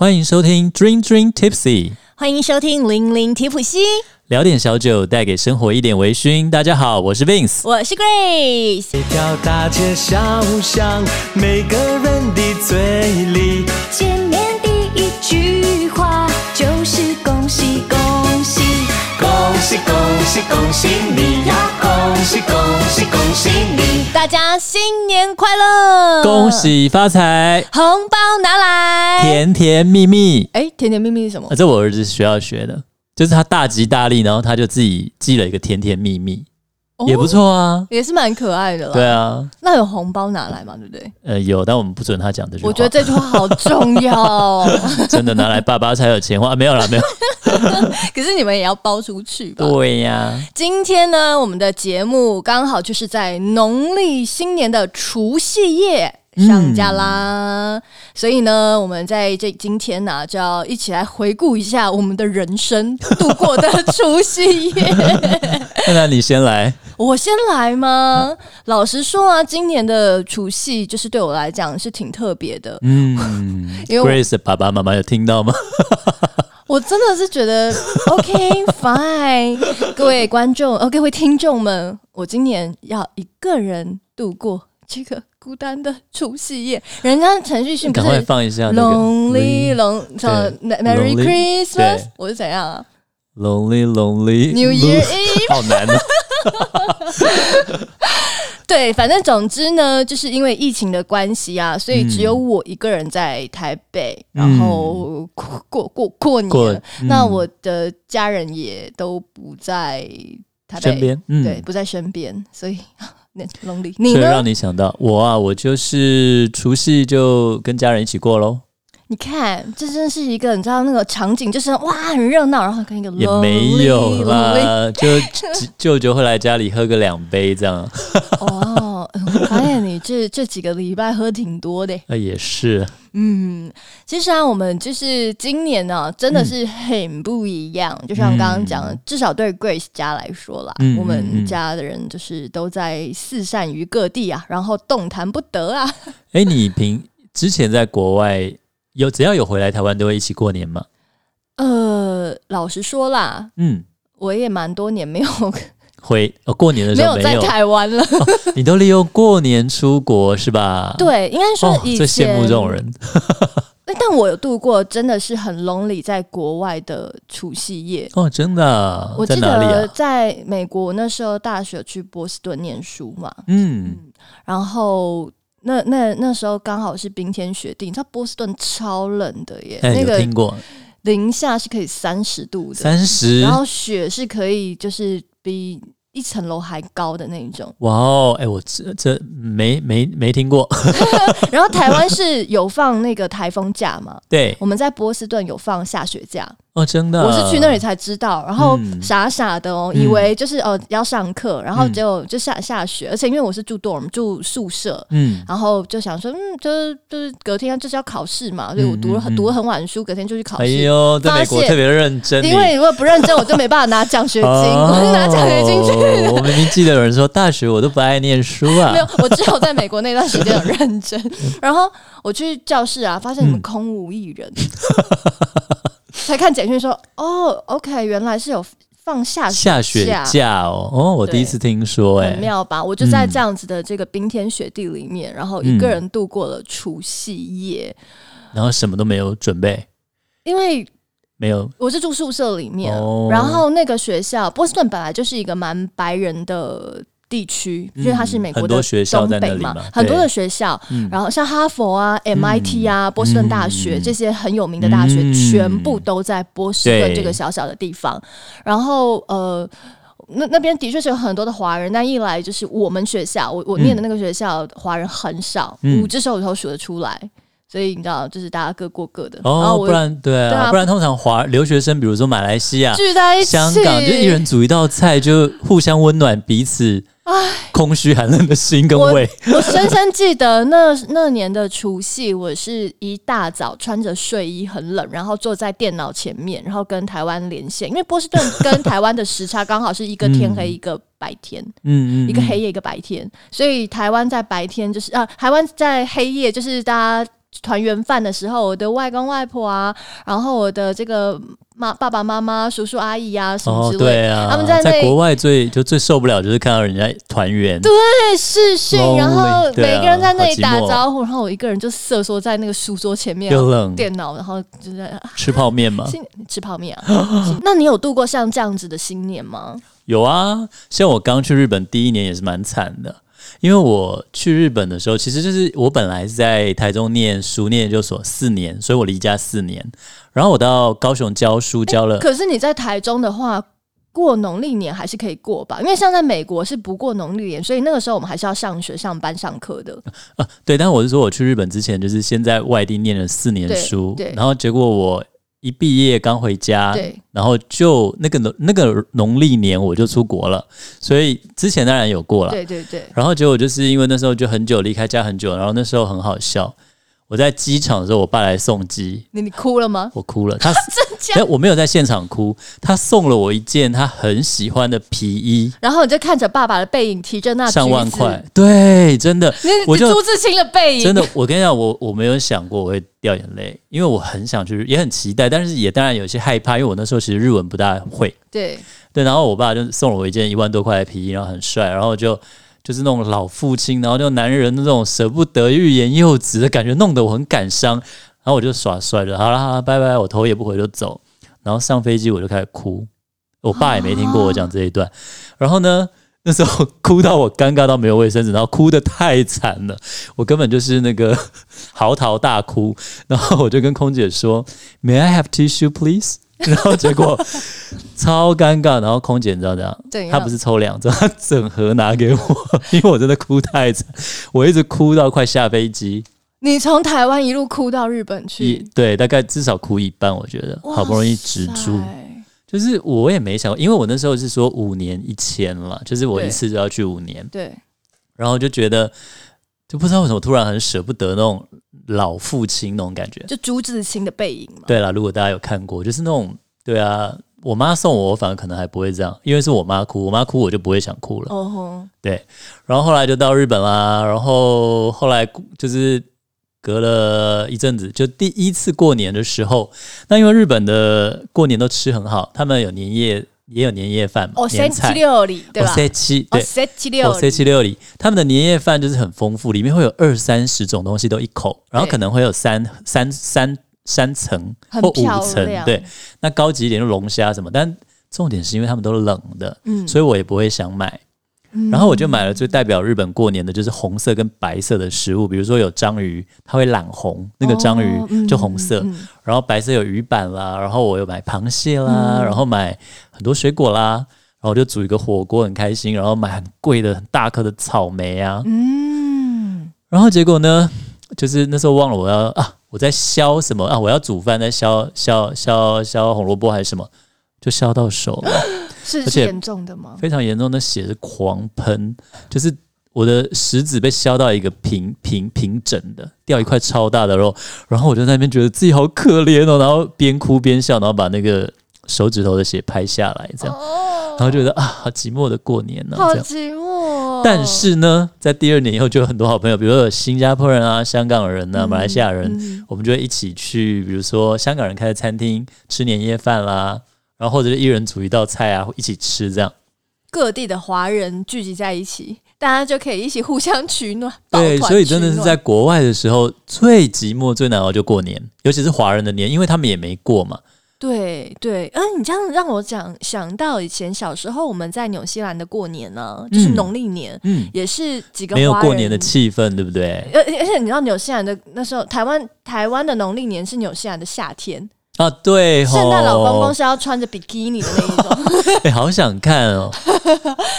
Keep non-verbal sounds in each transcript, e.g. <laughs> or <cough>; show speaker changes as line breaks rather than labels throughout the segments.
欢迎收听 Dream Dream Tipsy，
欢迎收听《零零提普西》，
聊点小酒，带给生活一点微醺。大家好，我是 Vince。
我是 Grace。
一条大街小巷，每个人的嘴里，
见面第一句话就是恭喜恭喜，
恭喜恭喜恭喜你呀！恭喜恭喜恭喜你！
大家新年快乐！
恭！喜发财，
红包拿来！
甜甜蜜蜜。
哎，甜甜蜜蜜是什么
啊，？这我儿子学校学的，就是他大吉大利，然后他就自己记了一个甜甜蜜蜜，
哦
也不错啊。
也是蛮可爱的啦。
对，啊，
那有红包拿来嘛？对不对？
呃，有，但我们不准他讲这句话。
我觉得这句话好重要
<laughs>
哦。
真的拿来爸爸才有钱花，啊没有啦，
<laughs>
没有。
可是你们也要包出去吧？
对呀、
今天呢，我们的节目刚好就是在农历新年的除夕夜上架啦，所以呢，我们在这今天呢、就要一起来回顾一下我们的人生度过的除夕夜。
那你先来，
我先来吗？老实说啊，今年的除夕就是对我来讲是挺特别的，
嗯
<laughs> 因为
，Grace 的爸爸妈妈有听到
<laughs>
吗？
我真的是觉
<laughs>
得 OK fine，各位观众呃，各位听众们，我今年要一个人度过这个孤单的除夕夜。人家陈奕迅不
赶快
是
放一下那个
Lonely Long 什么 Merry
Lonely，
Christmas，
对
我是怎样啊
Lonely Lonely
？New Year Eve。
好难哦。
对，反正总之呢，就是因为疫情的关系啊，所以只有我一个人在台北，然后过过过过
嗯
年
过嗯
那我的家人也都不在台北
身边嗯
啊对，不在身边，所以 <laughs> 那
所
lonely。你
以
呢
让？你想到我啊，我就是除夕就跟家人一起过喽，
你看，这真是一个你知道那个场景，就是哇很热闹，然后跟一个 lonely,
也没有
lonely
啦，就只舅舅会来家里喝个两杯这样，
哦，我发现你这这几个礼拜喝挺多的耶。
那啊也是
嗯，其实啊，我们就是今年呢、真的是很不一样。就像刚刚讲的，至少对 Grace 家来说啦，
嗯
我
嗯嗯
们家的人就是都在四散于各地啊，然后动弹不得啊。
哎、你平之前在国外有只要有回来台湾都会一起过年吗？
呃，老实说啦，
嗯，
我也蛮多年没有
回呃过年的
没
时候
有
没
在
有，
台湾
<laughs>
了。
你都利用过年出国是吧？。
对，应该说
哦，
以
最羡
前、
慕这种人，
哎。但我有度过真的是很 lonely 在国外的除夕夜。
哦，真的啊、
我
在
记
哪里
得
啊？
在美国那时候大学去波士顿念书嘛，
嗯，
然后那那那时候刚好是冰天雪地，你知道波士顿超冷的耶，
哎、
嗯那
有
个
听过
零下是可以三十度的，
三十，。
然后雪是可以就是比一层楼还高的那一种
哇哦，哎、我这这没没没听过， <laughs>
然后台湾是有放那个台风假嘛？
对，
我们在波士顿有放下雪假，
哦，真的，
我是去那里才知道，然后
嗯
傻傻的哦，以为就是哦要上课，然后结果就下下雪，而且因为我是住 dorm 住宿舍，
嗯，
然后就想说，嗯，就是就是隔天就是要考试嘛，所以我读了
嗯嗯
很读了很晚的书，隔天就去考
哎
试。
呦，在美国
发现
特别认真，
因为如果不认真，我就没办法拿奖学
你
金，
哦
我是拿奖学金去。
<laughs> 我明明记得有人说大学我都不爱念书啊
<laughs> 没，有，我只有在美国那段时间有认
<laughs>
真。然后我去教室啊，发现你们空无一人，
嗯
才看简讯说，哦，OK，原来是有放下
下
雪
雪假哦，哦，我第一次听说、
很
哎，
妙吧？我就在
嗯
这样子的这个冰天雪地里面，然后一个
嗯
人度过了除夕夜，
然后什么都没有准备，
因为
没有，
我是住宿舍里面，
哦
然后那个学校波士顿本来就是一个蛮白人的地区，
嗯
因为它是美国
很多
的
学校
东
在那
北
里嘛
嘛
对，
很多的学校，
嗯，
然后像哈佛啊、MIT 啊、波士顿大学
嗯
这些很有名的大学，
嗯
全部都在波士
对
顿这个小小的地方。然后呃。那那边的确是有很多的华人，但一来就是我们学校，我我念的那个学校华人很少，
嗯
五只手指头数得出来，所以你知道，就是大家各过各的。然后
哦，
我
不然对啊，
对啊
不然通常华留学生，比如说马来西 <laughs> 亚、
聚在一起，
香港，就一
<laughs>
人煮一道菜，就互相温暖彼此空虚寒冷的心跟
我
胃，
我深深记得那那年的除夕，我是一大早穿着睡衣，很冷，然后坐在电脑前面，然后跟台湾连线，因为波士顿跟台湾的时差刚好是一个天黑一个白天，
嗯嗯，
一个黑夜一个白天，所以台湾在白天就是啊，台湾在黑夜就是大家团圆饭的时候，我的外公外婆啊，然后我的这个妈爸爸妈妈、叔叔阿姨啊什么
哦
之，类的，
对啊，
他们在那
在国外最就最受不了就是看到人家团圆，对，
对啊视讯，
Lonely，
然后
对啊
每个人在那里打
好寂寞
招呼，然后我一个人就瑟缩在那个书桌前面啊、
又冷，
电脑，然后就在啊
吃泡面嘛，
新吃泡
<laughs>
面啊。新那你有度过像这样子的新年吗？
有啊，像我刚去日本第一年也是蛮惨的，因为我去日本的时候，其实就是我本来是在台中念书，念研究所四年，所以我离家四年，然后我到高雄教书教了，
可是你在台中的话，过农历年还是可以过吧？因为像在美国是不过农历年，所以那个时候我们还是要上学、上班、上课的。
<laughs> 对，但我是说我去日本之前，就是先在外地念了四年书
对对，
然后结果我一毕业刚回家，
对，
然后就那个农那个农历年我就出国了，所以之前当然有过了，
对对对，
然后结果就是因为那时候就很久离开家很久，然后那时候很好笑，我在机场的时候，我爸来送机，
你你哭了吗？
我哭了。
<laughs>
他真
假
我没有在现场哭，他送了我一件他很喜欢的皮衣，
然后你就看着爸爸的背影，提着那
上
橘
万
子
块，，对，真
<laughs>
的
你，
我
你朱
就。
自清的背影，
真的，我跟你讲，我我没有想过我会掉眼泪，因为我很想去，也很期待，但是也当然有些害怕，因为我那时候其实日文不大会。
对，
对，然后我爸就送了我一件一万多块的皮衣，然后很帅，然后就就是那种老父亲，然后就男人那种舍不得欲言又止的感觉，弄得我很感伤。然后我就耍帅了，好啦好啦，拜拜，我头也不回就走。然后上飞机我就开始哭，我爸也没听过我讲这一段。然后呢，那时候哭到我尴尬到没有卫生纸，然后哭得太惨了，我根本就是那个 <laughs> 嚎啕大哭。然后我就跟空姐说：“May I have tissue, please？” 然后结果超尴尬，然后空姐你知道怎样？
怎样
她不是抽两张，她整盒拿给我， <laughs> 因为我真的哭太惨，我一直哭到快下飞机。
你从台湾一路哭到日本
一
去，
对，大概至少哭一半，我觉得好不容易止住
哇。塞
就是我也没想过，因为我那时候是说五年一千了，就是我
对
一次就要去五年，
对，
然后就觉得就不知道为什么突然很舍不得那种老父亲那种感觉。
就朱自清的背影嘛。
对啦，如果大家有看过，就是那种对啊，我妈送我，我反而可能还不会这样，因为是我妈哭，我妈哭我就不会想哭了。
哦吼，
对，然后后来就到日本啦，然后后来就是隔了一阵子，就第一次过年的时候，那因为日本的过年都吃很好，他们有年夜也有年夜饭嘛，
哦，
年
三七
菜，哦
六里对吧？
三七对。
三七
哦，
六
三
里，
七六里，他们的年夜饭就是很丰富，里面会有二三十种东西都一口，然后
对
可能会有三三三三层
很
或五
漂
层，
亮
对。那高级一点就龙虾什么，但重点是因为他们都是冷的，
嗯
所以我也不会想买。然后我就买了最代表日本过年的，就是红色跟白色的食物，比如说有章鱼，它会染红，那个章
哦嗯
鱼就红色，
嗯嗯
然后白色有鱼板啦，然后我有买螃蟹啦，
嗯
然后买很多水果啦，然后我就煮一个火锅很开心，然后买很贵的很大颗的草莓啊，
嗯，
然后结果呢，就是那时候忘了我要啊，我在削什么啊，我要煮饭在削削削削红萝卜还是什么，就削到手了。
是
而
是
且
严重的吗？
非常严重，那血是狂喷，就是我的食指被削到一个平平平整的，掉一块超大的肉，然后我就在那边觉得自己好可怜哦，然后边哭边笑，然后把那个手指头的血拍下来，这样，
哦
然后觉得啊，好寂寞的过年呢、
好
这样。
寂寞、哦。
但是呢，在第二年以后，就有很多好朋友，比如说有新加坡人啊、香港人
嗯
啊、马来西亚人，我们就会一起去，比如说香港人开的餐厅吃年夜饭啦，然后或者是一人煮一道菜啊，一起吃这样。
各地的华人聚集在一起，大家就可以一起互相取暖。
对，
抱团
所以真的是
取
在
暖
国外的时候最寂寞、最难熬就过年，尤其是华人的年，因为他们也没过嘛。
对对。嗯、你这样让我讲想到以前小时候我们在纽西兰的过年呢，就是
嗯
农历年，
嗯，
也是几个
没有
华
过年的
人
气氛，对不对？
而而且你知道纽西兰的那时候，台湾台湾的农历年是纽西兰的夏天，
啊，对吼，
圣诞老公公是要穿着比基尼的那一种，
<laughs> 哎、好想看
<laughs>
哦。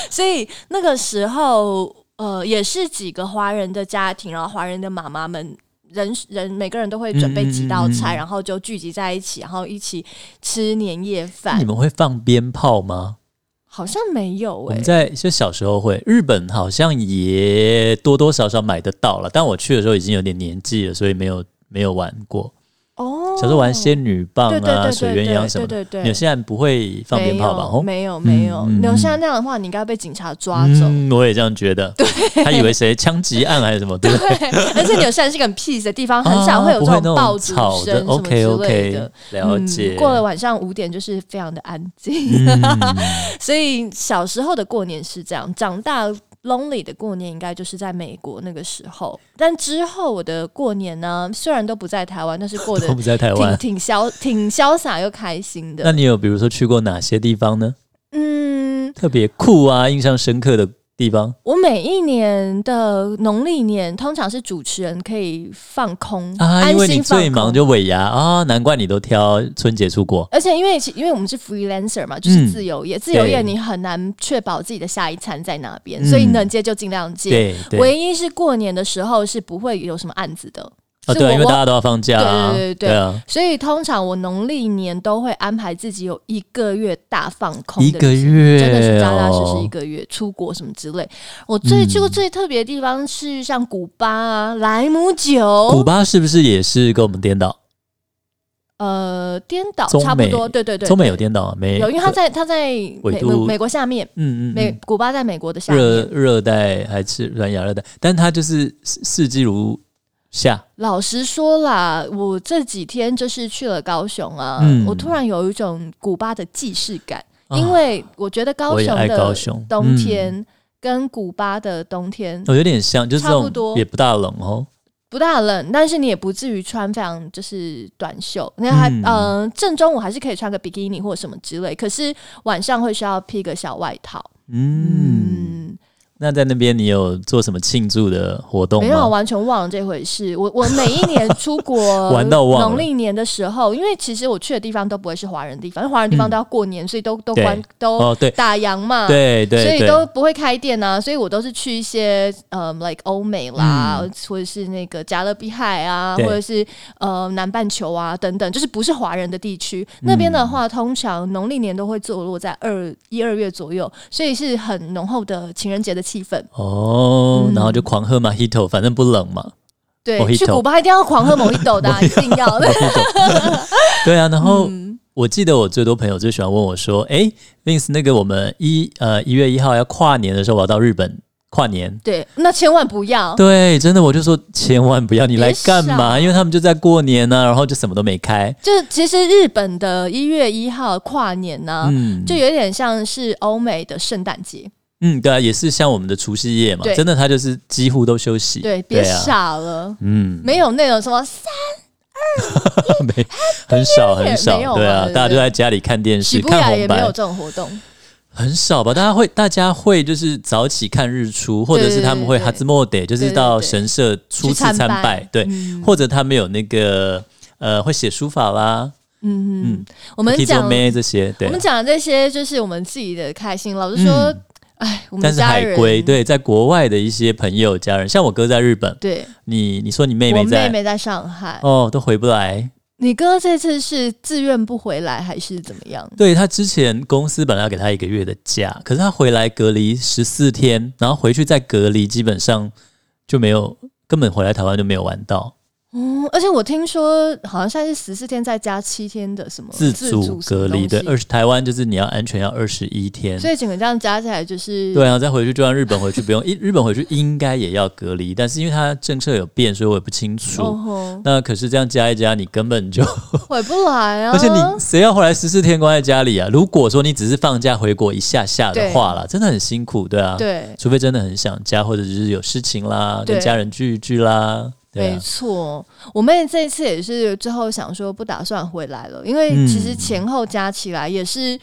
所以那个时候，呃，也是几个华人的家庭，然后华人的妈妈们。人人每个人都会准备几道
嗯嗯
菜，
嗯嗯
然后就聚集在一起，然后一起吃年夜饭
你。们会放鞭炮吗？
好像没有
我
哎、
们在就小时候会，日本好像也多多少少买得到了，但我去的时候已经有点年纪了，所以没有没有玩过。
哦，
小时候玩仙女棒
对对对
啊、
哦对
水鸳鸯
对
什么
对
的。
对对
纽西兰不会放鞭炮吧？哦，
没有没有没有，
嗯嗯
纽西兰那样的话，你应该被警察抓走。
嗯，我也这样觉得。对，他以为谁枪击案还是什么？对不对，
<laughs> 而且纽西兰是个很 peace 的地方，
啊
<laughs> 很少会有这
不会那种
种爆竹
吵
声
的
什么之
OK，OK，
类的。
了解嗯
嗯，
<laughs>
过了晚上五点就是非常的安静， <laughs> 所以小时候的过年是这样，长大 lonely 的过年应该就是在美国那个时候。但之后我的过年呢，虽然都不在台湾，但是过得
都不在台
挺
湾。
挺潇挺潇洒又开心
那
的。
你有比如说去过哪些地方呢？
嗯，
特别酷啊，印象深刻的地方？
我每一年的农历年，通常是主持人可以放空，
啊，因
安
为你
心放
最忙
空。
就尾牙啊，难怪你都挑春节出国。
而且因为其因为我们是 freelancer 嘛，就是自由业，自由业
嗯对
你很难确保自己的下一餐在哪边，
嗯
所以能接就尽量接。
对对，
唯一是过年的时候是不会有什么案子的，
啊
是
对啊，
我
因为大家都要放假啊，
对对对对
对啊，
所以通常我农历年都会安排自己有一个月大放空的
一
日子，
个月
真的是扎扎实实
哦
一个月，出国什么之类。我最
嗯
去过最特别的地方是像古巴啊、莱姆
古
酒，
巴是不是也是跟我们颠倒？
呃，颠倒
中
差不
美
多，对对对，
中美有颠倒啊，没
有，因为它在它在
纬
美美
度
美国下面，
嗯嗯
美
嗯，
古巴在美国的下
热
面。
热带还是软亚热带，但它就是四四季如夏，
老实说啦，我这几天就是去了高雄啊，
嗯
我突然有一种古巴的既视感，
啊
因为我觉得高
我也
雄
爱高
的
雄
冬天跟古巴的冬天
哦，有点像，就是这
差不
种
多
也不大冷哦。
不大冷，但是你也不至于穿非常就是短袖，那还
嗯
嗯、正中午还是可以穿个比基尼或什么之类，可是晚上会需要披个小外套。
嗯，
嗯，
那在那边你有做什么庆祝的活动
没
吗
有？啊完全忘了这回事。我我每一年出国
<laughs> 玩到忘了
农历年的时候，因为其实我去的地方都不会是华人地方，因为华人地方
嗯
都要过年，所以都都
对
关都
哦，对
打烊嘛。
对对，
所以
对
都不会开店啊，所以我都是去一些呃，like 欧美啦，
嗯
或者是那个加勒比海啊，
对
或者是呃南半球啊等等，就是不是华人的地区。
嗯
那边的话，通常农历年都会坐落在二一二月左右，所以是很浓厚的情人节的气氛。
哦，
嗯
然后就狂喝嘛 h i t o 反正不冷嘛。
对，
Mojito
去古巴一定要狂喝
<laughs>
Mojito 的啊、一定要的。 <laughs>
对啊，然后我记得我最多朋友最喜欢问我说：“哎、v i n c e 那个我们一呃一月一号要跨年的时候，我要到日本跨年。
对，那千万不要。
对，真的，我就说千万不要你来干
哦别
嘛？
傻
因为他们就在过年呢、然后就什么都没开。
就是其实日本的一月一号跨年呢、
嗯，
哦就有点像是欧美的圣诞节，
嗯，对啊，也是像我们的除夕夜嘛，
对
真的，他就是几乎都休息。
对，别
啊，
傻了。
嗯，
没有那种什么，
<laughs>
哎
没很少很
没有
少，
嘛
对啊，
对
大家
对
就在家里看电视
喜不
看
雅也
红
没
白
有这，种活动。
很少吧？大家会，大家会就是早起看日出，或者是他们会
对对对
哈兹莫德，就是到神社初次
去参
参
拜嗯
拜，对，或者他们有那个呃会写书法啦，
嗯嗯，我们
k i z
讲
o m e 这些，对嗯
我，们讲的这些，就是我们自己的开心。老实说，哎，我
但
们
是
家
海
人
归对，在国外的一些朋友家人，像我哥在日本，
对，
你你说你妹
我
妹在
妹妹在上海。
哦，都回不来。
你哥这次是自愿不回来还是怎么样？
对他之前公司本来要给他一个月的假，可是他回来隔离十四天，然后回去再隔离，基本上就没有根本回来台湾就没有玩到。
嗯，而且我听说好像现在是十四天再加七天的什么
自主
什么
隔离
东
对，
西
二十台湾就是你要安全要二十一天。
所以整个这样加起来就是哦
对啊，再回去就让日本回去不 <laughs> 用，一日本回去应该也要隔离，但是因为它政策有变，所以我也不清楚。
哦吼，
那可是这样加一加，你根本就，
回不来啊！
而且你谁要回来十四天关在家里啊？如果说你只是放假回国一下下的话啦，真的很辛苦，对啊，，
对，
除非真的很想家，或者就是有事情啦，
对
跟家人聚一聚啦，对
没
啊，
错，我妹这一次也是最后想说不打算回来了，因为
嗯
其实前后加起来也是。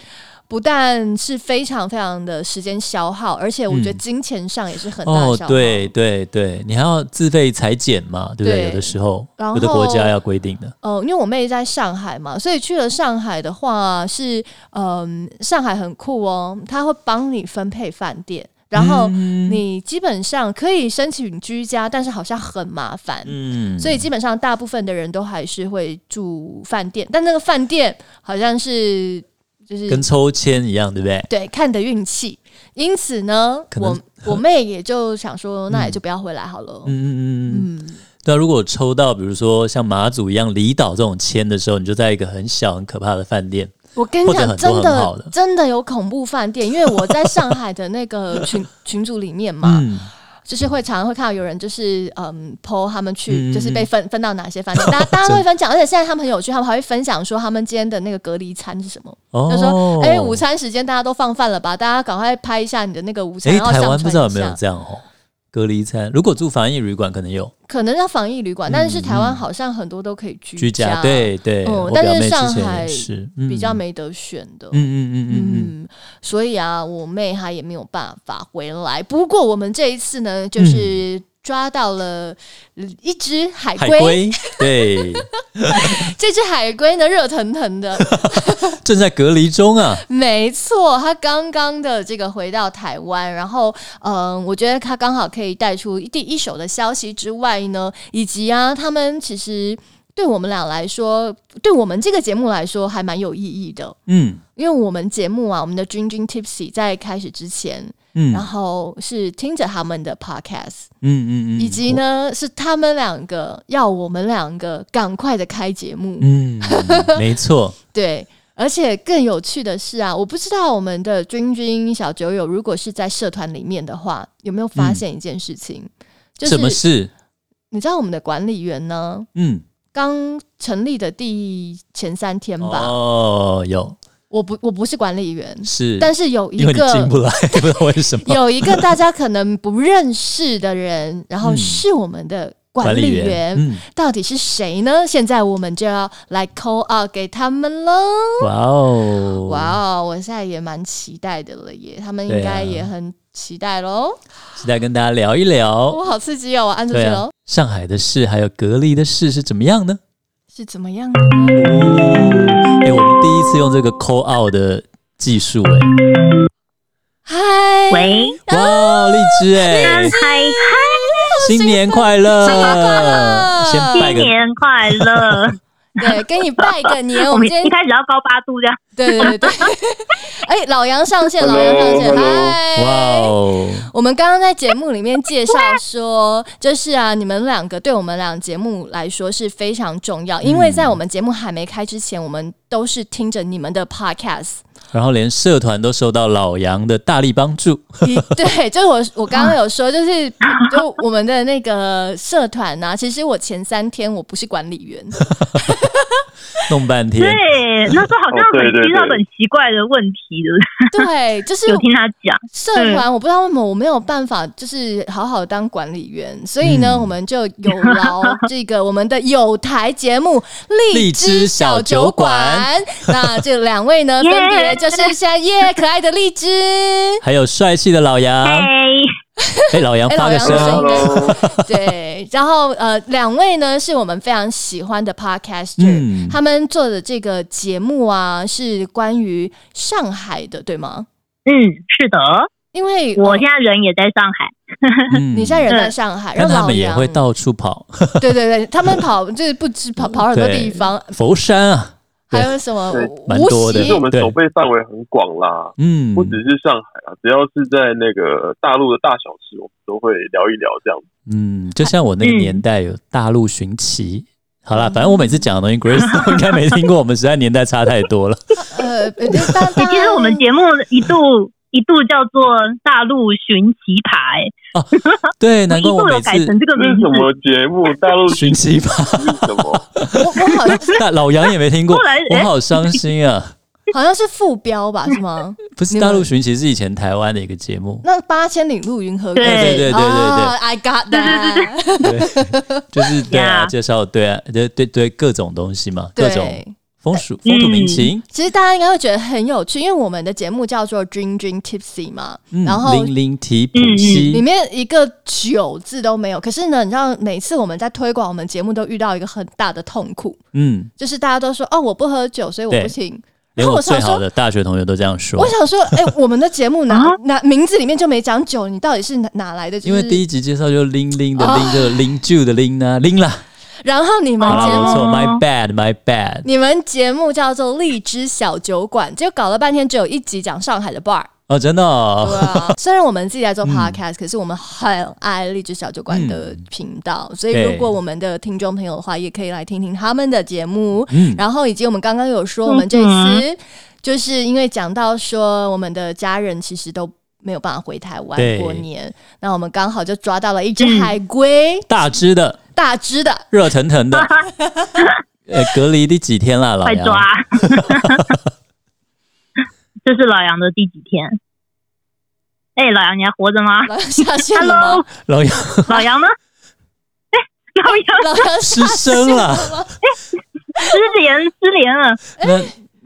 不但是非常非常的时间消耗，而且我觉得
嗯
金钱上也是很大的
哦
消耗。，
对对对，你还要自费裁剪嘛，对不对？
对
有的时候，
然
有的国家
后
要规定的。
呃，因为我妹在上海嘛，所以去了上海的话是，嗯、上海很酷哦，他会帮你分配饭店，然后
嗯
你基本上可以申请居家，但是好像很麻烦。
嗯，
所以基本上大部分的人都还是会住饭店，但那个饭店好像是就是
跟抽签一样，对不对？
对看的运气，因此呢，
可能嗯
我我妹也就想说，那也就不要回来好了。
嗯嗯嗯嗯。对啊，如果抽到比如说像马祖一样离岛这种签的时候，你就在一个很小很可怕的饭店，
我跟你
或者
讲，
很
真
多很好的
真的有恐怖饭店，因为我在上海的那
<laughs>
个群群组里面嘛，
嗯，
就是会常常会看到有人就是嗯，PO 他们去
嗯
就是被分分到哪些
<laughs>
饭店，大家大家会分享，而且现在他们很有趣，他们还会分享说他们今天的那个隔离餐是什么，
哦
就说哎、午餐时间大家都放饭了吧，大家赶快拍一下你的那个午餐，
哎，
然后
台
上
湾
传
不知道有
一
没有
下
这样哦，隔离餐。如果住防疫旅馆，可能有
可能要防疫旅馆，但是台湾好像很多都可以嗯居
嗯居家，对对。
嗯
我
但
表
是
妹
上
之前
海
也是
比较，
嗯
没得选的，
嗯嗯嗯嗯嗯，
嗯，所以啊，我妹她也没有办法回来。不过我们这一次呢，就是抓到了一只海
海
龟，
龟 <laughs> 对，
这只海龟呢热腾腾的，
正在隔离中啊，
没错，它刚刚的这个回到台湾，然后嗯，我觉得它刚好可以带出第一手的消息之外呢，以及啊，他们其实对我们俩来说，对我们这个节目来说，还蛮有意义的。
嗯
因为我们节目啊，我们的君君 Tipsy 在开始之前，
嗯
然后是听着他们的 podcast，、
嗯嗯嗯，
以及呢是他们两个要我们两个赶快的开节目，
嗯，没错，
对。而且更有趣的是啊，我不知道我们的君君小酒友如果是在社团里面的话，有没有发现一件事情？ <laughs>
嗯
就
什么
是
事？
你知道我们的管理员呢，
嗯，
刚成立的第前三天嗯吧，
哦，有
我不我不是管理员，
是，
但是有一
因为你
个
进不来， <laughs> 不知道为什么。
有一个大家可能不认识的人，然后
嗯
是我们的管
管
理员，
员，嗯，
到底是谁呢？现在我们就要来 call out 给他们喽！
哇哦，哦，
哇哦，我现在也蛮期待的了耶，他们应
对啊
该也很期待喽。
期待跟大家聊一聊。
哇，好刺激哦！我按出去
啊对啊
喽，，
上海的事还有隔离的事是怎么样呢？
是怎么样的？
哦，哎，我们第一次用这个 call out 的技术，哎，
嗨，
喂，
哇，荔枝，
<laughs>
哎，
嗨，
新年快乐，
新年快乐
先拜
新
个
年快乐！
对，跟你拜个年，我
我
们
们
今天
一开始要高八度这样，
对对对 <laughs> 对，哎，老杨上线，老杨上线，
Hello，hello
嗨，
哇哦，
我们刚刚在节目里面介绍说，就是啊，你们两个对我们俩节目来说是非常重要，因为在我们节目还没开之前，我们都是听着你们的 podcast。
然后连社团都受到老杨的大力帮助，
一对，就是我我刚刚有说，就是就我们的那个社团啊，其实我前三天我不是管理员，
弄半天，
对，那时候好像
哦对
很
对
遇到
对
很奇怪的问题，对不
对，
对？
就是
有听他讲，
社
嗯
团，我不知道为什么我没有办法，就是好好当管理员，所以呢，
嗯
我们就有劳这个我们的有台节目《
<laughs> 荔枝
小
小酒
馆
馆》。
那这两位呢，
耶
分别就是现在耶可爱的荔枝，
还有帅气的老杨，哎、
嘿，
老杨
哎
发
老
个
杨
声，
声音
Hello，
对，然后呃，两位呢是我们非常喜欢的 podcaster，、
嗯
他们做的这个节目啊是关于上海的，对吗？
嗯，是的，
因为
我
呃
现在人也在上海，
嗯
你现在人在
嗯
上海，
但
让
他
老
们也
杨
会到处跑， <laughs>
对对对，他们跑就是不止跑跑很多
对
地方，
佛山啊，
还有什么
对
蛮
无
多的
其实我
锡？
们筹备范围很广啦，
嗯，
不只是上海啦，只要是在那个大陆的大小事，我们都会聊一聊这样子。
嗯，就像我那个
嗯
年代有大陆寻奇。好啦，反正我每次讲的东西，Grace 都应 <laughs> 该没听过，我们实在年代差太多了。
呃，当
哎
当
其实
<laughs>
我们节目一度一度叫做《大陆寻奇牌》，
对，难
一
怪我
度有
每
改成
次
这
这是
个名字
什，么节目？大陆
寻奇吧，
是什
<laughs>
么？
我我好像
但 <laughs> 老杨也没听过
后来，
我
哎
好伤心啊！
好像是副标吧，是吗？
不是
你们
大陆寻奇是以前台湾的一个节目，
那八千里路云和歌，
对对对
对对对
哦，I got that，
对，就是对啊，
Yeah
介绍对啊，对对对，各种东西嘛，各种
对。
风俗风土民情，
其实大家应该会觉得很有趣，因为我们的节目叫做《Dream Dream Tipsy》嘛，
嗯，
然后
零零提普
嗯
里
西，
面一个酒字都没有。可是呢，你知道每次我们在推广我们节目，都遇到一个很大的痛苦，
嗯，
就是大家都说哦，我不喝酒，所以我
对
不听。然
连
后
我
我想
最
说
好，的大学同学都这样说
我。想说，哎、我们的节目哪
啊
哪名字里面就没讲酒，你到底是哪哪来的？就是、
因为第一集介绍就拎拎的
哦
拎，就拎住的拎啊，拎啦，
然后你
哦
们
好啦，
节
没
目，
错，my bad，my bad，
你们节目叫做荔枝小酒馆，结果搞了半天只有一集讲上海的 bar，
哦，真的哦、
对
<laughs>
啊，虽然我们自己在
嗯
做 podcast，、可是我们很爱荔枝小酒馆的频道，所以
对
如果我们的听众朋友的话，也可以来听听他们的节目。
嗯
然后以及我们刚刚有说，我们这次就是因为讲到说我们的家人其实都。没有办法回台湾
对
过年，那我们刚好就抓到了一只
嗯
海龟，
大只的，
大只的，
热腾腾
<laughs>
的。呃，隔离第几天啦，老
快
杨？
抓！ <laughs> 这是老杨的第几天？哎、老杨，你还活着吗
老杨下线了吗
？Hello，
老杨
<laughs> 老杨呢？哎、老杨
老杨
失声了。
<laughs> 失联，失联了！
那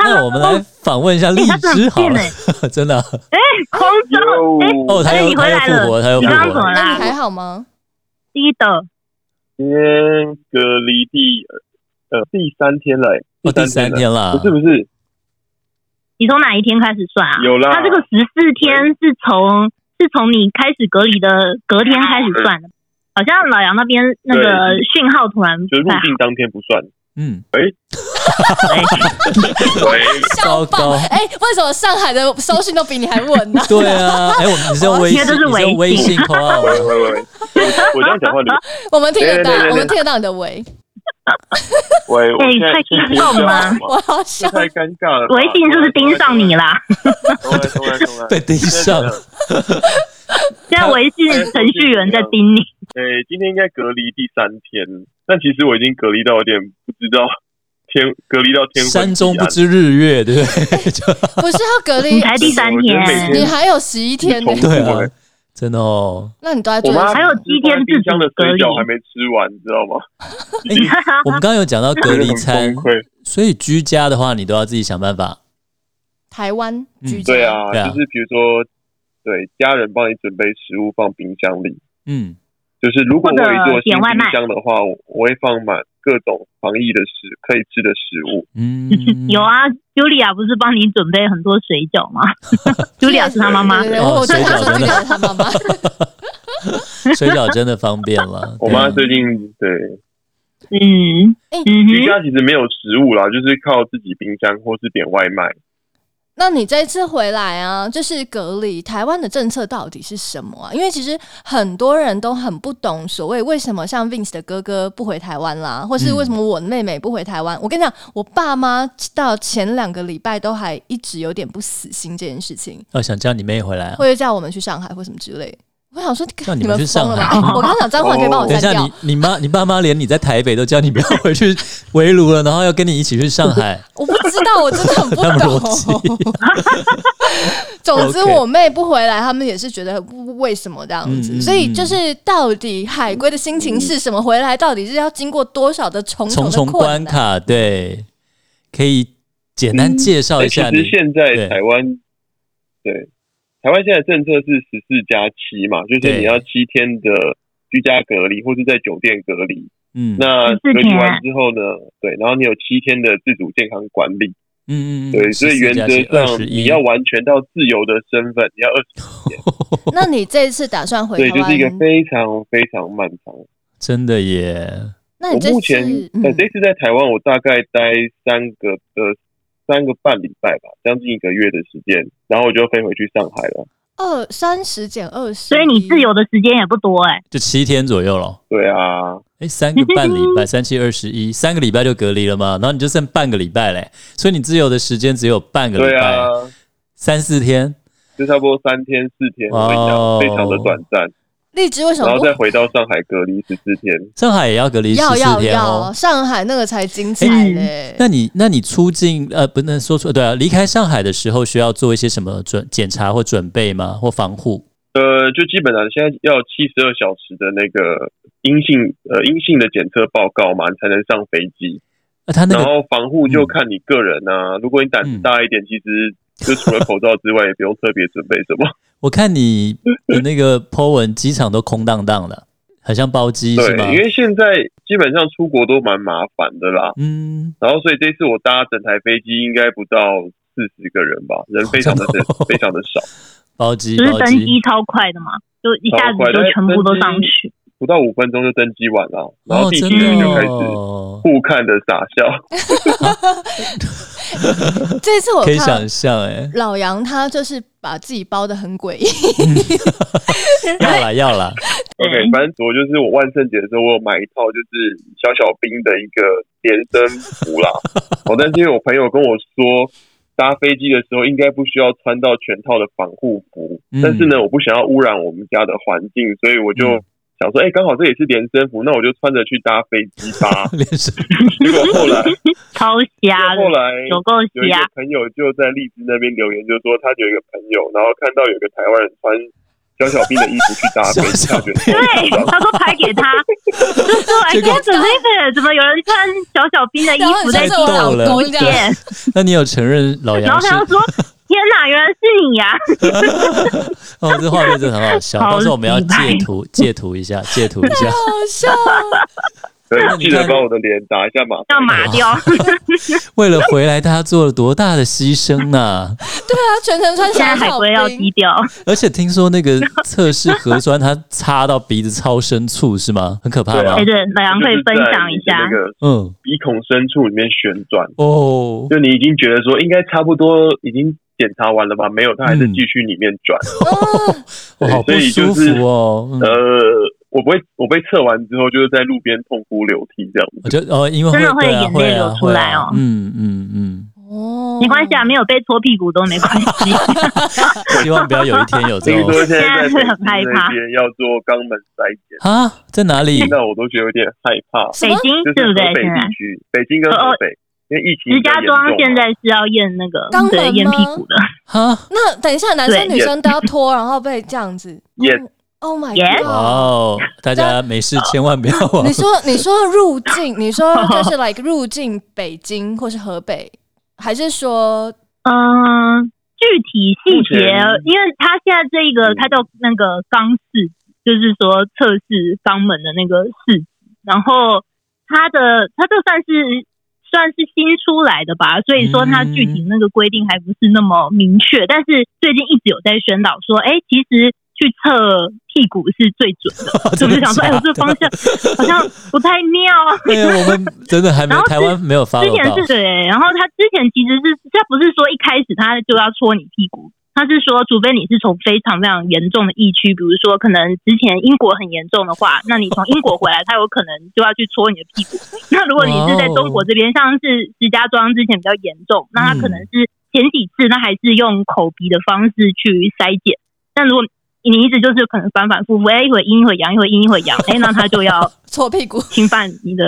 那我们来访问一下荔
哦哎他真的
枝
很
好
变哎
了， <laughs> 真的。
空中，哎、
哦，他
哎
又
你
他
回
又
来了
复活，他又
你
复
刚刚
活
怎么
了。
那
啦
你？还好吗？
低的，
今天隔离第呃第三天了、欸，
哦，第三
了
天啦
不。是不是，
你从哪一天开始算啊？
有啦
他这个十四天是从是从你开始隔离的隔天开始算的，好像老杨那边那个
对
讯号突然
就
不
入
太好。
境当天不算。
嗯，
<laughs> 喂，
糟
笑爆！
糕
哎、为什么上海的搜讯都比你还稳呢、
对啊。哎，我们你是用微信，
因为这是
你是用微
微信
信 call
喂喂喂，我我这样讲 <laughs> 话你
<laughs> 我们听得到
对对对对，对
我们听得到你的喂，
喂，我
哎
现在
快
先
听
先
到
这样好
吗
吗
我好
这
笑。
太尴尬了吧。
微信是不是盯上你啦？
重来？重来，重来，重来
被盯上了。
现在微信程序员在盯你，
诶，哎今天应该隔离第三天，但其实我已经隔离到有点不知道天隔离到 <laughs> 天昏
山中
地
不
暗
知日月，对不对？ <laughs> 就
不是要隔离
你，才第三
我觉得每
天，
你还有十一天呢
重，复
对
欸
啊，真的哦。
那你都在
我
做
妈
还有七天
放在冰箱的水
自己隔
饺
离
还没吃完，你知道吗？已经
我们刚刚有讲到隔离餐
<laughs> 很崩，溃。
所以居家的话，你都要自己想办法。
台湾居家。
对啊，
对啊
就是比如说，对家人帮你准备食物放冰箱里，
嗯，
就是如果我有一
或
座
者
新
点外卖
冰箱的话，我我会放满各种防疫的食可以吃的食物。
嗯
<laughs>
<laughs>
有，啊，Julia 不是帮你准备很多水饺吗？Julia 是他妈啊妈
<laughs> 对，对对
哦
我对他
水饺
说
真
这
的
个是他妈妈， <laughs>
水饺真的方便
<laughs>
了。啊
我妈最近对
嗯
哎
嗯
居
哼，
家其实没有食物
嗯
啦，就是靠自己冰箱或是点外卖。
那你这次回来啊，就是隔离，台湾的政策到底是什么啊？因为其实很多人都很不懂所谓为什么像 Vince 的哥哥不回台湾啦，或是
嗯
为什么我妹妹不回台湾。我跟你讲，我爸妈到前两个礼拜都还一直有点不死心这件事情，
哦，想叫你妹回来啊。
或者叫我们去上海或什么之类。我想说，
叫你们
们
去
疯
上
了
海
吧？哎我刚讲脏话，可以
哦
帮我
等一
删
下，
掉
你。你妈你爸妈连你在台北都叫你不要回去围炉了，然后要跟你一起去上
<laughs>
海，
我不知道，我真的很不
他们
懂
逻。
总之，
OK
我妹不回来，他们也是觉得不为什么这样子。
嗯嗯
所以，就是到底海龟的心情是什么？回来到底是要经过多少的重
重
的
重关
困难？
卡，对，可以简单介绍
哎
哦一
其
下你
实。现在
对
台湾对台湾现在政策是十四加七嘛，就是
对
你要七天的居家隔离或是在酒店隔离。
嗯
那隔
14
离完
天
之后呢？对，然后你有七天的自主健康管理，
嗯嗯嗯，
对，所以原则上你要完全到自由的身份，你要二十，
那你这次打算回
对，
台
就是一个
湾？
非常非常漫长。
真的耶，
那
我
你这
目
次嗯
前
嗯
呃，这次在台湾，我大概待三个呃三个半礼拜吧，将近一个月的时间，然后我就飞回去上海了。
二三十减二十，
所以你自由的时间也不多哎，
就七天左右了。
对啊，
哎，三个半礼
<laughs>
拜，三七二十一，三个礼拜就隔离了嘛，然后你就剩半个礼拜嘞，所以你自由的时间只有半个
对
礼拜，
啊，
三四天。
就差不多三天四天，我跟你
哇哦
讲，非常的短暂，
荔枝为什
然
么
后
不
再回到上海隔离十四天。
上海也要隔离十
要
四
要
天
要？
哦。
上海那个才精彩
哎
嘞！
那你那你出境呃不能说错对啊，离开上海的时候需要做一些什么准检查或准备吗？或防护？
呃，就基本上现在要七十二小时的那个阴性呃阴性的检测报告嘛，你才能上飞机。
那、啊他那
然
个嗯
后防护就看你个人啊，如果你胆子大一点，其实就除了口罩之外，也不用特别准备什么。
我看你的那个 po 文，机场都空荡荡的，很像包机
对
<laughs> 是吗，
因？为现在基本上出国都蛮麻烦的啦。
嗯，
然后所以这次我搭整台飞机应该不到四十个人吧，人非常的
哦
非常的少。
包机
只是
包
登
机
机超快的嘛，就一下子
超快
就
对
全部都
登机
上去。
不到五分钟就登机完了，然
哦
后，地
真
勤人员
的
就开始
哦，
互看的傻笑。
这次我
可以
看
想象
<laughs>
哎，
老杨他就是把自己包的很诡异，
要啦要啦，
OK，
嗯
对
反正我就是我万圣节的时候，我有买一套就是小小兵的一个连身服
<laughs>
啦。哦，但是因为我朋友跟我说，搭飞机的时候应该不需要穿到全套的防护服，
嗯
但是呢，我不想要污染我们家的环境，所以我就
嗯。
想说，哎、刚好这也是连身服，那我就穿着去搭飞机吧
<laughs> 连身
结果后来，
<laughs> 超瞎的
后，来
有够
啊
有一个
瞎，
朋友就在荔枝那边留言，就说他有一个朋友，然后看到有一个台湾人穿小小兵的衣服去搭飞
<laughs>
机，
小小
他觉
兵
得 <laughs>
对，他说拍给他，就说哎，
结果
Can't believe
<laughs>
it，怎么有人穿小小兵哎的衣服在
然
机
后你就
场出
逗了
现？
那你有承认老
然
杨
后
是
他？就说：“天哪，原来是你啊呀、
哦，这画面真的很好
<laughs>
笑，
好
到时候我们要
几百
截图截图一
<laughs>
下，截图一下。
好笑哦。
对
<laughs> 那，你
记得
看
帮我的脸打一下码。
要
哎
码掉。
为了回来，大家做了多大的牺牲呐、
对啊，全程 <laughs> 穿
现
小
在海
草
龟要
冰
低，调，
而且听说那个测试核酸，它插到鼻子超深处是吗？很可怕
对
吗
啊
哎，？对，老杨可以分享一
就是在
下
你的那。个
嗯，
鼻孔深处里面旋转，
哦，
就你已经觉得说应该差不多已经检查完了吧？没有，它还
嗯
是继续里面转。
我好不
所以
舒
就
服
是
哦。嗯
呃，我不会，我被测完之后就是在路边痛哭流涕这样子。
我觉得哦，因为
真的
会
会
对啊
眼泪
会啊
流出
会啊
来哦
嗯嗯嗯，
哦，
没关系啊，没有被搓屁股都没关系。
希望不要有一天有这
嗯
听 <laughs>
种
说现在在北
现在会很害
京
怕
那边要做肛门筛检，
啊，在哪里
嗯
听？到我都觉得有点害怕。
<laughs> 什
北
么
京
就是
嗯对
河
不对？
北
现在
地区，北京跟河北，因为疫情
石
比较
家
严重啊嘛
庄现在是要验那个
肛门
对验屁股的，
哈，
那等一下，男生
对
女生都要脱，然后被这样子。
Yes
Oh my
哇
god！
Yes
哦，大家没事千万不要往
你说你说入境，你
<laughs>
说就是 like 入境北京或是河北，还是说
嗯，具体细
目
节
前，
因为他现在这个
嗯
他叫那个肛试，就是说测试肛门的那个试，然后他的他这算是算是新出来的吧，所以说他具体那个规定还不是那么明确，但是最近一直有在宣导说，哎，其实去测屁股是最准的，
<laughs>
就
真的
是想说，哎，
假
我这个
的
方向好像不太
<laughs>
妙。啊
对，啊我们真的还没
然后
台湾没有发
之
到
前是对，然后他之前其实是他不是说一开始他就要戳你屁股，他是说除非你是从非常非常严重的疫区，比如说可能之前英国很严重的话，那你从英国回来，他有可能就要去戳你的屁股。那如果你是在中国这边，像是石家庄之前比较严重，那他可能是前几次他还是用口鼻的方式去筛检，但如果你一直就是可能反反复复，哎，一会儿阴，一会儿阳，一会儿阴，一会儿阳，哎，那他就要
搓屁股？
侵犯你的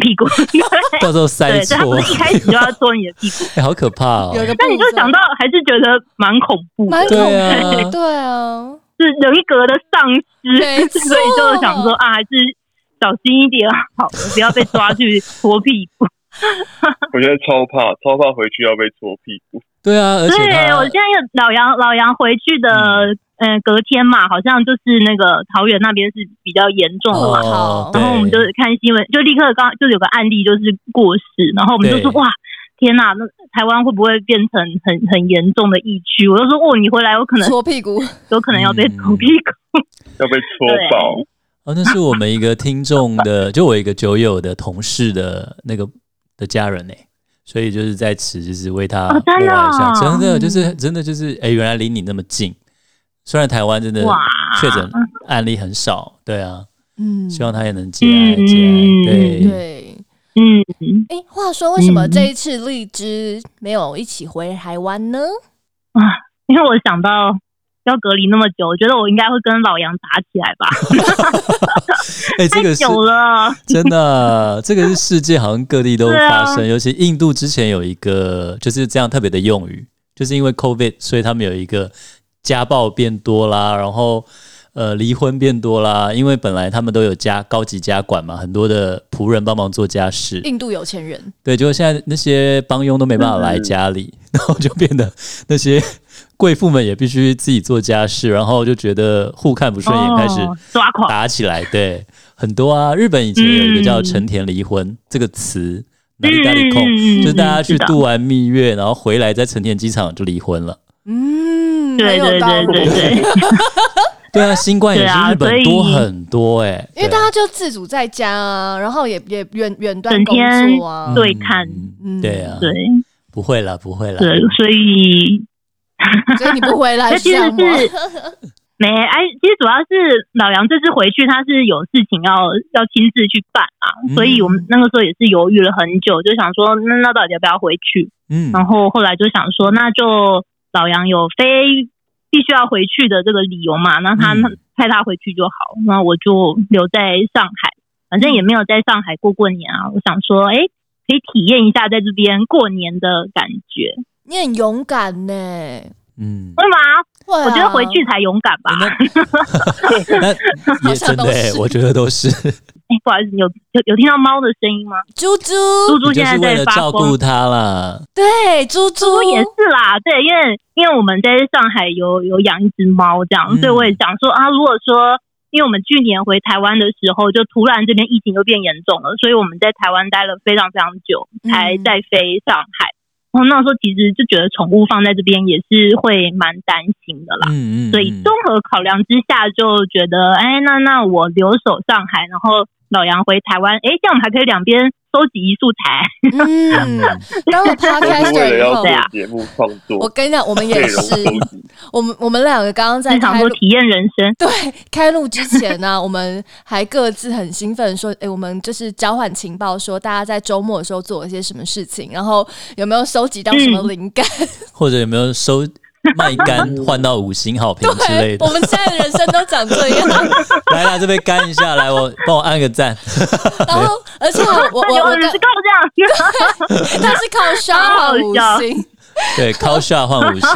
屁股。 <laughs>
到时候塞
对，所以他
错
不，是一开始就要戳你的屁股，
<laughs> 哎好可怕哦
有一！个步骤，
但你就
<laughs>
想到还是觉得蛮恐怖的
蛮，恐
对啊
怖的，对啊，
<laughs> 是人格的丧
没
失，
错
<laughs> 所以就想说啊，还是小心一点好了，不要被抓去搓屁股。
我觉得超怕，超怕回去要被搓屁股。
对啊，而
对
且，他
我现在有老杨老杨回去的，嗯、呃，隔天嘛，好像就是那个桃园那边是比较严重的嘛。
哦，
然后我们就
对
看新闻，就立刻刚就是有个案例就是过世，然后我们就说
对
哇，天呐，那台湾会不会变成很很严重的疫区？我就说哦，你回来有可能
搓屁股，
有可能要被
嗯
捅屁股。
要被戳爆，
哦，那是我们一个听众的，就我一个酒友的同事的那个的家人呢、所以就是在此就是为他
哦
默
真的
哀一下，
哦
真的就是真的就是哎、原来离你那么近。虽然台湾真的
哇嗯
确诊案例很少，对啊，
嗯，
希望他也能节哀
嗯
节
嗯
哀，对，
对。
嗯，
哎、话说为什么
嗯
这一次荔枝没有一起回台湾呢？
因为我想到要隔离那么久，我觉得我应该会跟老杨打起来吧，
哎、这
太
个是
久了。
真的，这个是世界好像各地都
<laughs> 对啊
发生，尤其印度之前有一个就是这样特别的用语，就是因为 COVID，所以他们有一个家暴变多啦，然后呃离婚变多啦，因为本来他们都有家高级家管嘛，很多的仆人帮忙做家事，
嗯
印度有钱人，
对，结果现在那些帮佣都没办法来家里，
嗯
然后就变得那些贵妇们也必须自己做家事，然后就觉得互看不顺眼，开始
哦抓狂
<laughs> 打起来。对，很多啊，日本以前有一个叫“
嗯
成田离婚”这个词，哪里哪里控，
嗯
就是大家去
知道
度完蜜月，然后回来在成田机场就离婚了。
嗯，很
对
有
对
道
对
理
对对，
对啊，新冠也
对
是
啊
日
所
本
以
多很多哎、
因
对
为大家就自主在家啊，然后也也远远端
整
工
天
作啊，
对看
嗯对啊，
对
不会啦，不会啦，
对，所以 <laughs>
所以你不回来
那
是
其
这
实
样吗？
是没哎，其实主要是老杨这次回去，他是有事情要要亲自去办啊，
嗯
所以我们那个时候也是犹豫了很久，就想说那那到底要不要回去？
嗯
然后后来就想说，那就老杨有非必须要回去的这个理由嘛，那他
嗯
派他回去就好，那我就留在上海，反
嗯
正也没有在上海过过年啊，我想说，哎，可以体验一下在这边过年的感觉，
你很勇敢呢、
嗯，
会吗？
会啊
我觉得回去才勇敢吧。 <laughs>
那也真的、欸，
好像都是
我觉得都是，
哎、不好意思，有有有听到猫的声音吗？
啊猪猪，
猪猪
哦 <laughs> 就
现在
是为
在
了
发
照
疯
顾。他啦。
对，猪
猪
猪
也是啦，对，因为因为我们在上海有有养一只猫，这样，
嗯
所以我也想说啊，如果说，因为我们去年回台湾的时候，就突然这边疫情又变严重了，所以我们在台湾待了非常非常久，
嗯
才再飞上海。然后那时候其实就觉得宠物放在这边也是会蛮担心的啦。
嗯嗯，
所以
嗯
综合考量之下，就觉得，哎，那那我留守上海，然后老杨回台湾，哎，这样我们还可以两边收集一素材。
嗯，当
<laughs>
了
就是为了
podcaster 以
要
后
对，啊
做节目创
我
作，
跟你讲，我们
内
也
容
是，
收集，
我们我们两个刚刚在
就想
开
说
录
体验人生，
对开录之前呢、我们还各自很兴奋地说，哎、我们就是交换情报，说大家在周末的时候做了些什么事情，然后有没有收集到什么灵感？
或者有没有收卖干换到五星好评 <laughs> 之类
对，我
的？
们现在的人生都长这样。
<laughs> 来啦，这边干一下，来我帮我按个赞。 <laughs>
然后，而且我我
那
我我
就是够这样。
他是靠刷好五星，
对，高下换五
<laughs>
星，
<laughs>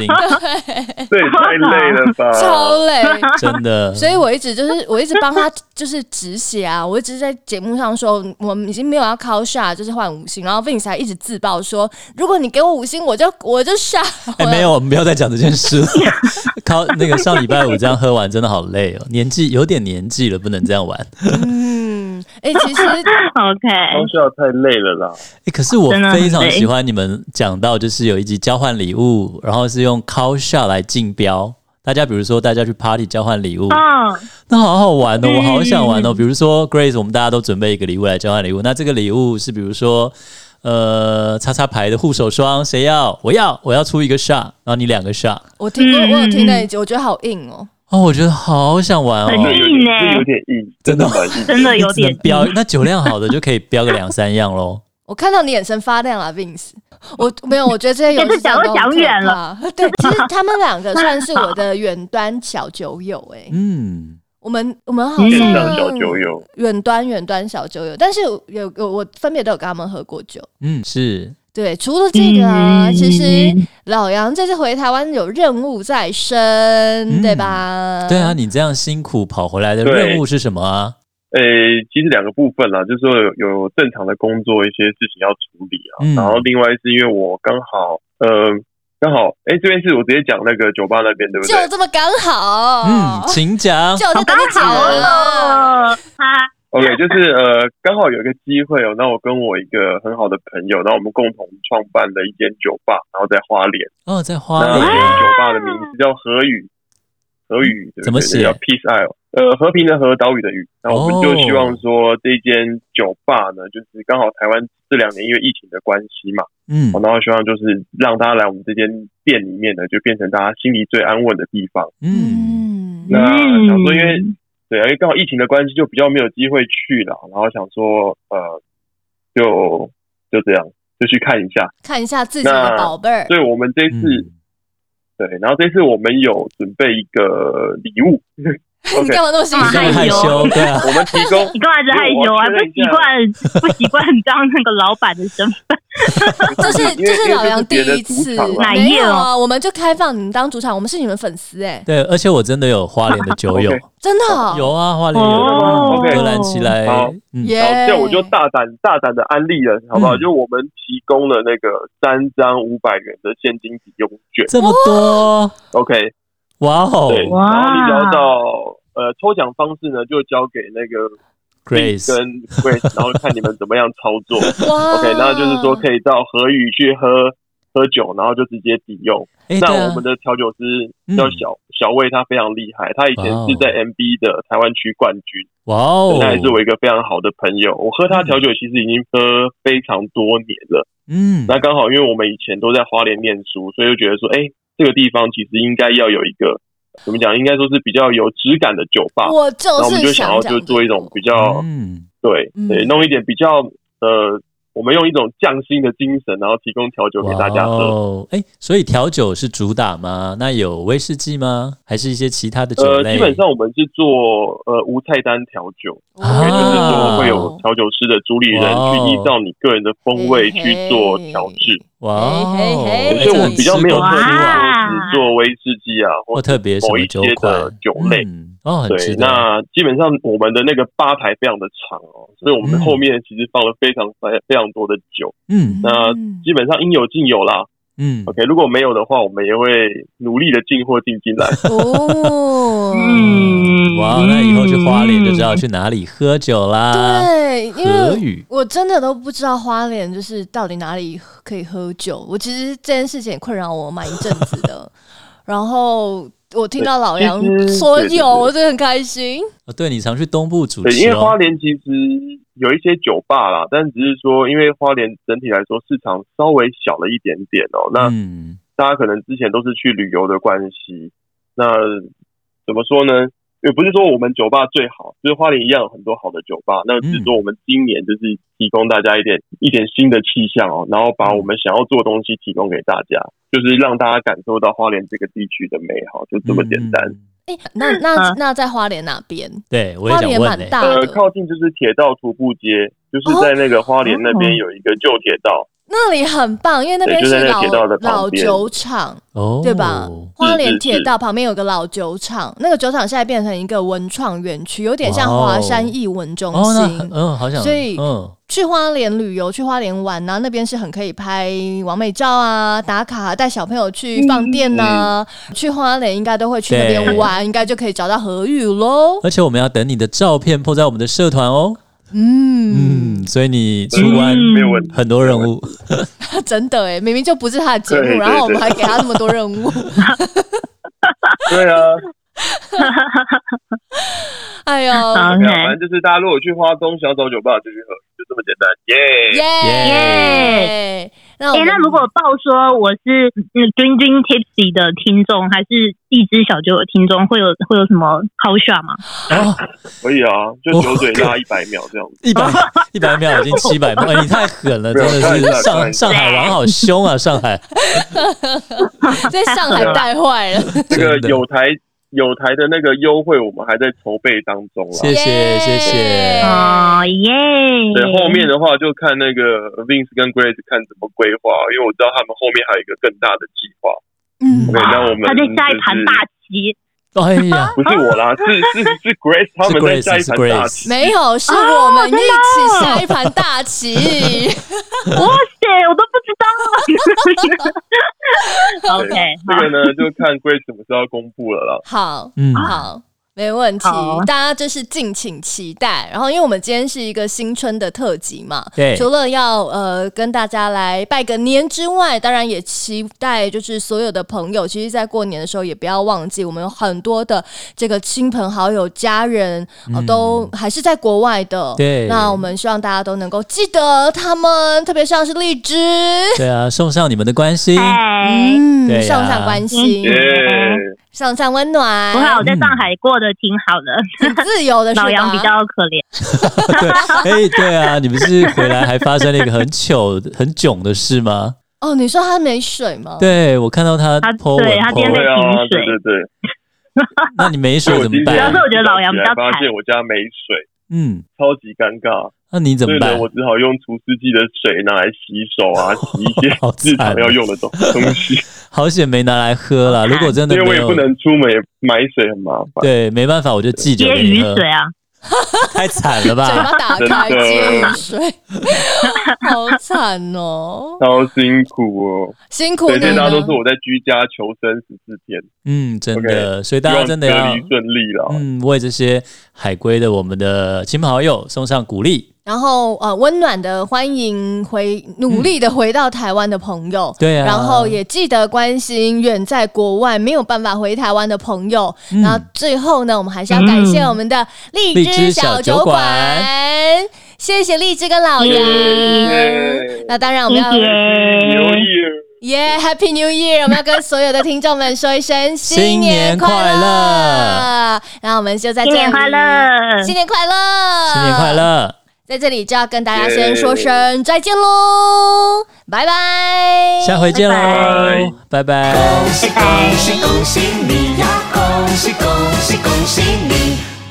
这也太累了吧？
超累。
真的。
所以我一直就是我一直帮他就是止血啊，我一直在节目上说我们已经没有要靠下，就是换五星。然后 Vince 还一直自爆说，如果你给我五星，我就我就下。
哎、没有，我们不要再讲这件事
<laughs>
了。靠，那个上礼拜五这样喝完真的好累哦，年纪有点年纪了，不能这样玩。
嗯，哎、其实 <laughs>
OK，
高校太累了啦，
欸可是我
真的很
非常
累
喜欢你们讲到，就是有一集交换礼物，然后是用 call shot 来竞标。大家比如说，大家去 party 交换礼物，
嗯，
<laughs> 那好好玩哦，我好想玩哦。比如说 Grace，我们大家都准备一个礼物来交换礼物，那这个礼物是比如说。呃，叉叉牌的护手霜，谁要？我要，我要出一个 shot，然后你两个 shot。
我听过，我有听那一
嗯
集，我觉得好硬哦。
哦，我觉得好想玩
很
哦
这，有
硬
点
欸
这有点硬，真的蛮硬。
真的有
<laughs>
点
只能标。那酒量好的就可以标个两三样喽。
我看到你眼神发亮了，Vince。我
<laughs>
没有，我觉得这些游戏真的都很可怕
也是讲都讲远了。 <laughs>
对，其实他们两个算是我的远端小酒友哎、
<laughs>
嗯，
我们我们好
嗯
线
像
上小酒友，
远端远端小酒友，但是有有有我分别都有跟他们喝过酒。
嗯，是，
对，除了这个啊，
嗯
其实老杨这次回台湾有任务在身，
嗯
对吧？
对啊，，你这样辛苦跑回来的
对
任务是什么啊？
诶，其实两个部分啦，就是说有有正常的工作一些事情要处理啊，
嗯
然后另外是因为我刚好，呃，刚好，诶，这边是我直接讲那个酒吧那边对不
就
对？
这么刚好，
嗯，请讲。
就在等你讲了。
哦，他
OK，就是呃，刚好有一个机会哦，那我跟我一个很好的朋友，然后我们共同创办了一间酒吧，然后在花莲，
哦，在花
那这间
莲，
酒吧的名字叫和宇，和宇对不对
怎么写哦
叫 Peace Isle，呃，和平的和，岛屿的屿。那我们就希望说这间酒吧呢，就是刚好台湾这两年因为疫情的关系嘛，
嗯
然后希望就是让大家来我们这间店里面呢，就变成大家心里最安稳的地方。
嗯
嗯，
那
嗯
想说，因为对啊，因为刚好疫情的关系，就比较没有机会去了，然后想说，呃，就就这样，就去看一下。
看一下自己的宝贝儿，
所以我们这次、
嗯，
对，然后这次我们有准备一个礼物
<laughs> 你
，OK，
干嘛那么兴
干嘛
这么？
奋
害
害羞
羞，对啊，
我们提供
你干嘛一直害羞啊？
因为我要确
不
认一
习
下
惯， <laughs> 不习惯当那个老板的
<laughs>
身份。 <laughs>
就是
因为
就是老杨第一
因为这
次
是别的主场，啦
哪一
没
页哦
有啊，我们就开放你们当主场，我们是你们粉丝哎，
对，而且我真的有花莲的酒友，
OK
真的哦
有啊，花莲有
哦
格兰奇莱，
好
嗯
耶
好，这样我就大胆大胆的安利了，好不好？
嗯
就我们提供了那个三张五百元的现金抵用券
这么多，
，OK，
哇哦
对，然
哇
后你聊到呃抽奖方式呢，就交给那个
，Grace，
跟 Grace，然后看你们怎么样操作。
哇
OK，那就是说可以到河宇去喝喝酒，然后就直接抵用。
哎、对
那
啊
我们的调酒师叫
嗯
小小魏，他非常厉害，他以前
哇哦
是在 MB 的台湾区冠军，
哇哦，
他也是我一个非常好的朋友。我喝他调酒其实已经喝非常多年了。
嗯，
那刚好因为我们以前都在花莲念书，所以就觉得说，哎，这个地方其实应该要有一个怎么讲，应该说是比较有质感的酒吧。
我就
啊那我们就是想
想
要
讲
就
这
做一
个
种比较
嗯，
对
嗯
对，弄一点比较呃，我们用一种匠心的精神，然后提供调酒给大家喝。
哦，哎、所以调酒是主打吗？那有威士忌吗？还是一些其他的酒
呃，
类？
基本上我们是做呃无菜单调酒，
啊
也就是说会有
哦
调酒师的主理人
哇
去
哦
依照你个人的风味去做调制。
哇哦，
嘿嘿嘿
哎
所以
这
我们
很
比较没有
吃
特
过
定
哇
说只做威士忌啊，
或
或
特别什
某
么
一
酒
些的
款
酒类。
嗯、哦，很值
对，
得。
那基本上我们的那个吧台非常的长哦，所以我们
嗯
后面其实放了非常非非常多的酒，
嗯
那基本上应有尽有啦。
嗯，
OK，如果没有的话，我们也会努力的进货进进来。
哦，
嗯，
哇，那以后去花莲就知道
嗯
去哪里喝酒啦。
对，因
河
为
语，
我真的都不知道花莲就是到底哪里可以喝酒。我其实这件事情也困扰我蛮一阵子的。然后我听到老杨说
对对对
有，我真的很开心。
哦对你常去东部主
对，
持
因为花
哦，
莲其实有一些酒吧啦，但只是说，因为花莲整体来说市场稍微小了一点点哦、那
嗯
大家可能之前都是去旅游的关系，那怎么说呢？也不是说我们酒吧最好，就是花莲一样有很多好的酒吧。那
嗯
只是说我们今年就是提供大家一点一点新的气象哦，然后把
嗯
我们想要做的东西提供给大家，就是让大家感受到花莲这个地区的美好，就这么简单。
嗯嗯嗯
哎，那那
啊
那在花莲哪边？
对，我也
花
想
莲
问欸
蛮
呢、
大
呃，
的，
靠近就是铁道徒步街，就是在
哦
那个花莲那边有一个旧铁道，
那里很棒，因为那边
对就是在那
老
个铁道的旁
老
边
酒厂，
哦，
对吧？花莲铁道旁边有个老酒厂，那个酒厂现在变成一个文创园区，有点像
哇哦
华山艺文中
哦，那
心
很。嗯，好想，
所以
嗯，
去花莲旅游，去花莲玩啊然后那边是很可以拍完美照啊、打卡，带小朋友去放电呐、去花莲应该都会去那边玩，应该就可以找到河
<laughs>
域喽。
而且我们要等你的照片 po 在我们的社团哦。
嗯，
嗯，所以你出完
嗯
没有问题。
很多任务，
<laughs> 真的哎，明明就不是他的节
对
目，
对
然后我们还给他那么多任务。 <laughs>
对啊，
哎呦，
对
好，OK，
啊反正就是大家如果去花东想找酒吧就去喝，就这么简单，耶、
耶！那我
哎、
们
那如果报说我是嗯 Dream Dream Tipsy 的听众，还是荔枝小酒的听众，会有会有什么好耍吗？
嗯
哦，
可以啊，就酒嘴拉一百秒这样子。
一百一百秒已经七百迈，哎你太狠了，
没
真
有开玩
的
笑
是上
开玩
上海王好凶啊，上海，
在上海带坏了，
这个
<laughs> 真的
有台有台的那个优惠，我们还在筹备当中啦。
谢谢谢谢，
嗯
哦耶！
对，后面的话就看那个 Vince 跟 Grace 看怎么规划，因为我知道他们后面还有一个更大的计划。
嗯
OK，那我们
他在下一
就是
盘大棋，
哎呀，
不是我啦，是是是 Grace 他们在
Grace，
下一
是
盘大
Grace
棋。
没有，是我们一起下一盘大棋。 <laughs>
哇塞，我都不知
<laughs>
道。OK， <laughs>
这个呢，就看 Grace 什么时候要公布了啦。
好，
嗯
好，没问题
好，
大家就是敬请期待。然后，因为我们今天是一个新春的特辑嘛，
对
除了要呃跟大家来拜个年之外，当然也期待就是所有的朋友，其实，在过年的时候也不要忘记，我们有很多的这个亲朋好友、家人、呃
嗯
都还是在国外的。
对
那我们希望大家都能够记得他们，特别像是荔枝，
对啊，送上你们的关心，
哎，
嗯，
对啊
上上关心
嗯
耶、，
上上温暖
不，啊好，我在上海过得挺好的，
挺自由嗯 <laughs>
<laughs>
的是吧，
老杨比较可怜。
对，哎，对啊，你不是回来还发生了一个很糗、很囧的事吗？
哦，你说他没水吗？
对，我看到他
哦他
po 文
对哦他今天在
po，
对啊，
停
对
水
对对。
那你没
所以
水
我
怎么
今天
主要是
办？
我觉得老杨比较惨
发现我家没水，
嗯，
超级尴尬，
那你怎
所
么
以
办
呢，？我只好用除湿机的水拿来洗手
<laughs>
啊，洗一些
好惨
日常要用的东东西，
好险没拿来喝
<laughs>
啦，如果 <laughs> 真的
因为我
没
也
有
不，能出门，也买水很麻烦。
对，没办法，我就记酒
接
给
雨
你喝，
水啊，
<laughs> 太惨了
嘴
<laughs>
吧？
巴打开
真的
接雨水， <laughs> 好惨哦！
超辛苦哦！
辛苦
对，
你
现在大家
了
都是我在居家求生十四天，
嗯，真的，所以大家真的
希望
要
隔离顺利啦。
嗯为这些海归的我们的亲朋好友送上鼓励。
然后呃，温暖的欢迎回努力的回到台湾的朋友，
对啊
然后也记得关心远在国外没有办法回台湾的朋友。
嗯
然后最后呢，我们还是要感谢我们的荔
荔枝
小
小
酒
酒
馆，
馆
谢谢荔枝跟老杨。
耶
那当然，我们
谢
要
谢，
牛耶！
耶、Happy New Year！我们要跟所有的听众们说一
<laughs>
声
新年快
乐
乐。
然后我们就在这
新
里，
年快，乐，
新年快乐，
新年快！乐，
在这里就要跟大家先
耶
说声再见喽，拜拜，
下回见喽，拜拜
恭喜恭喜恭喜你呀！恭喜恭喜恭喜你，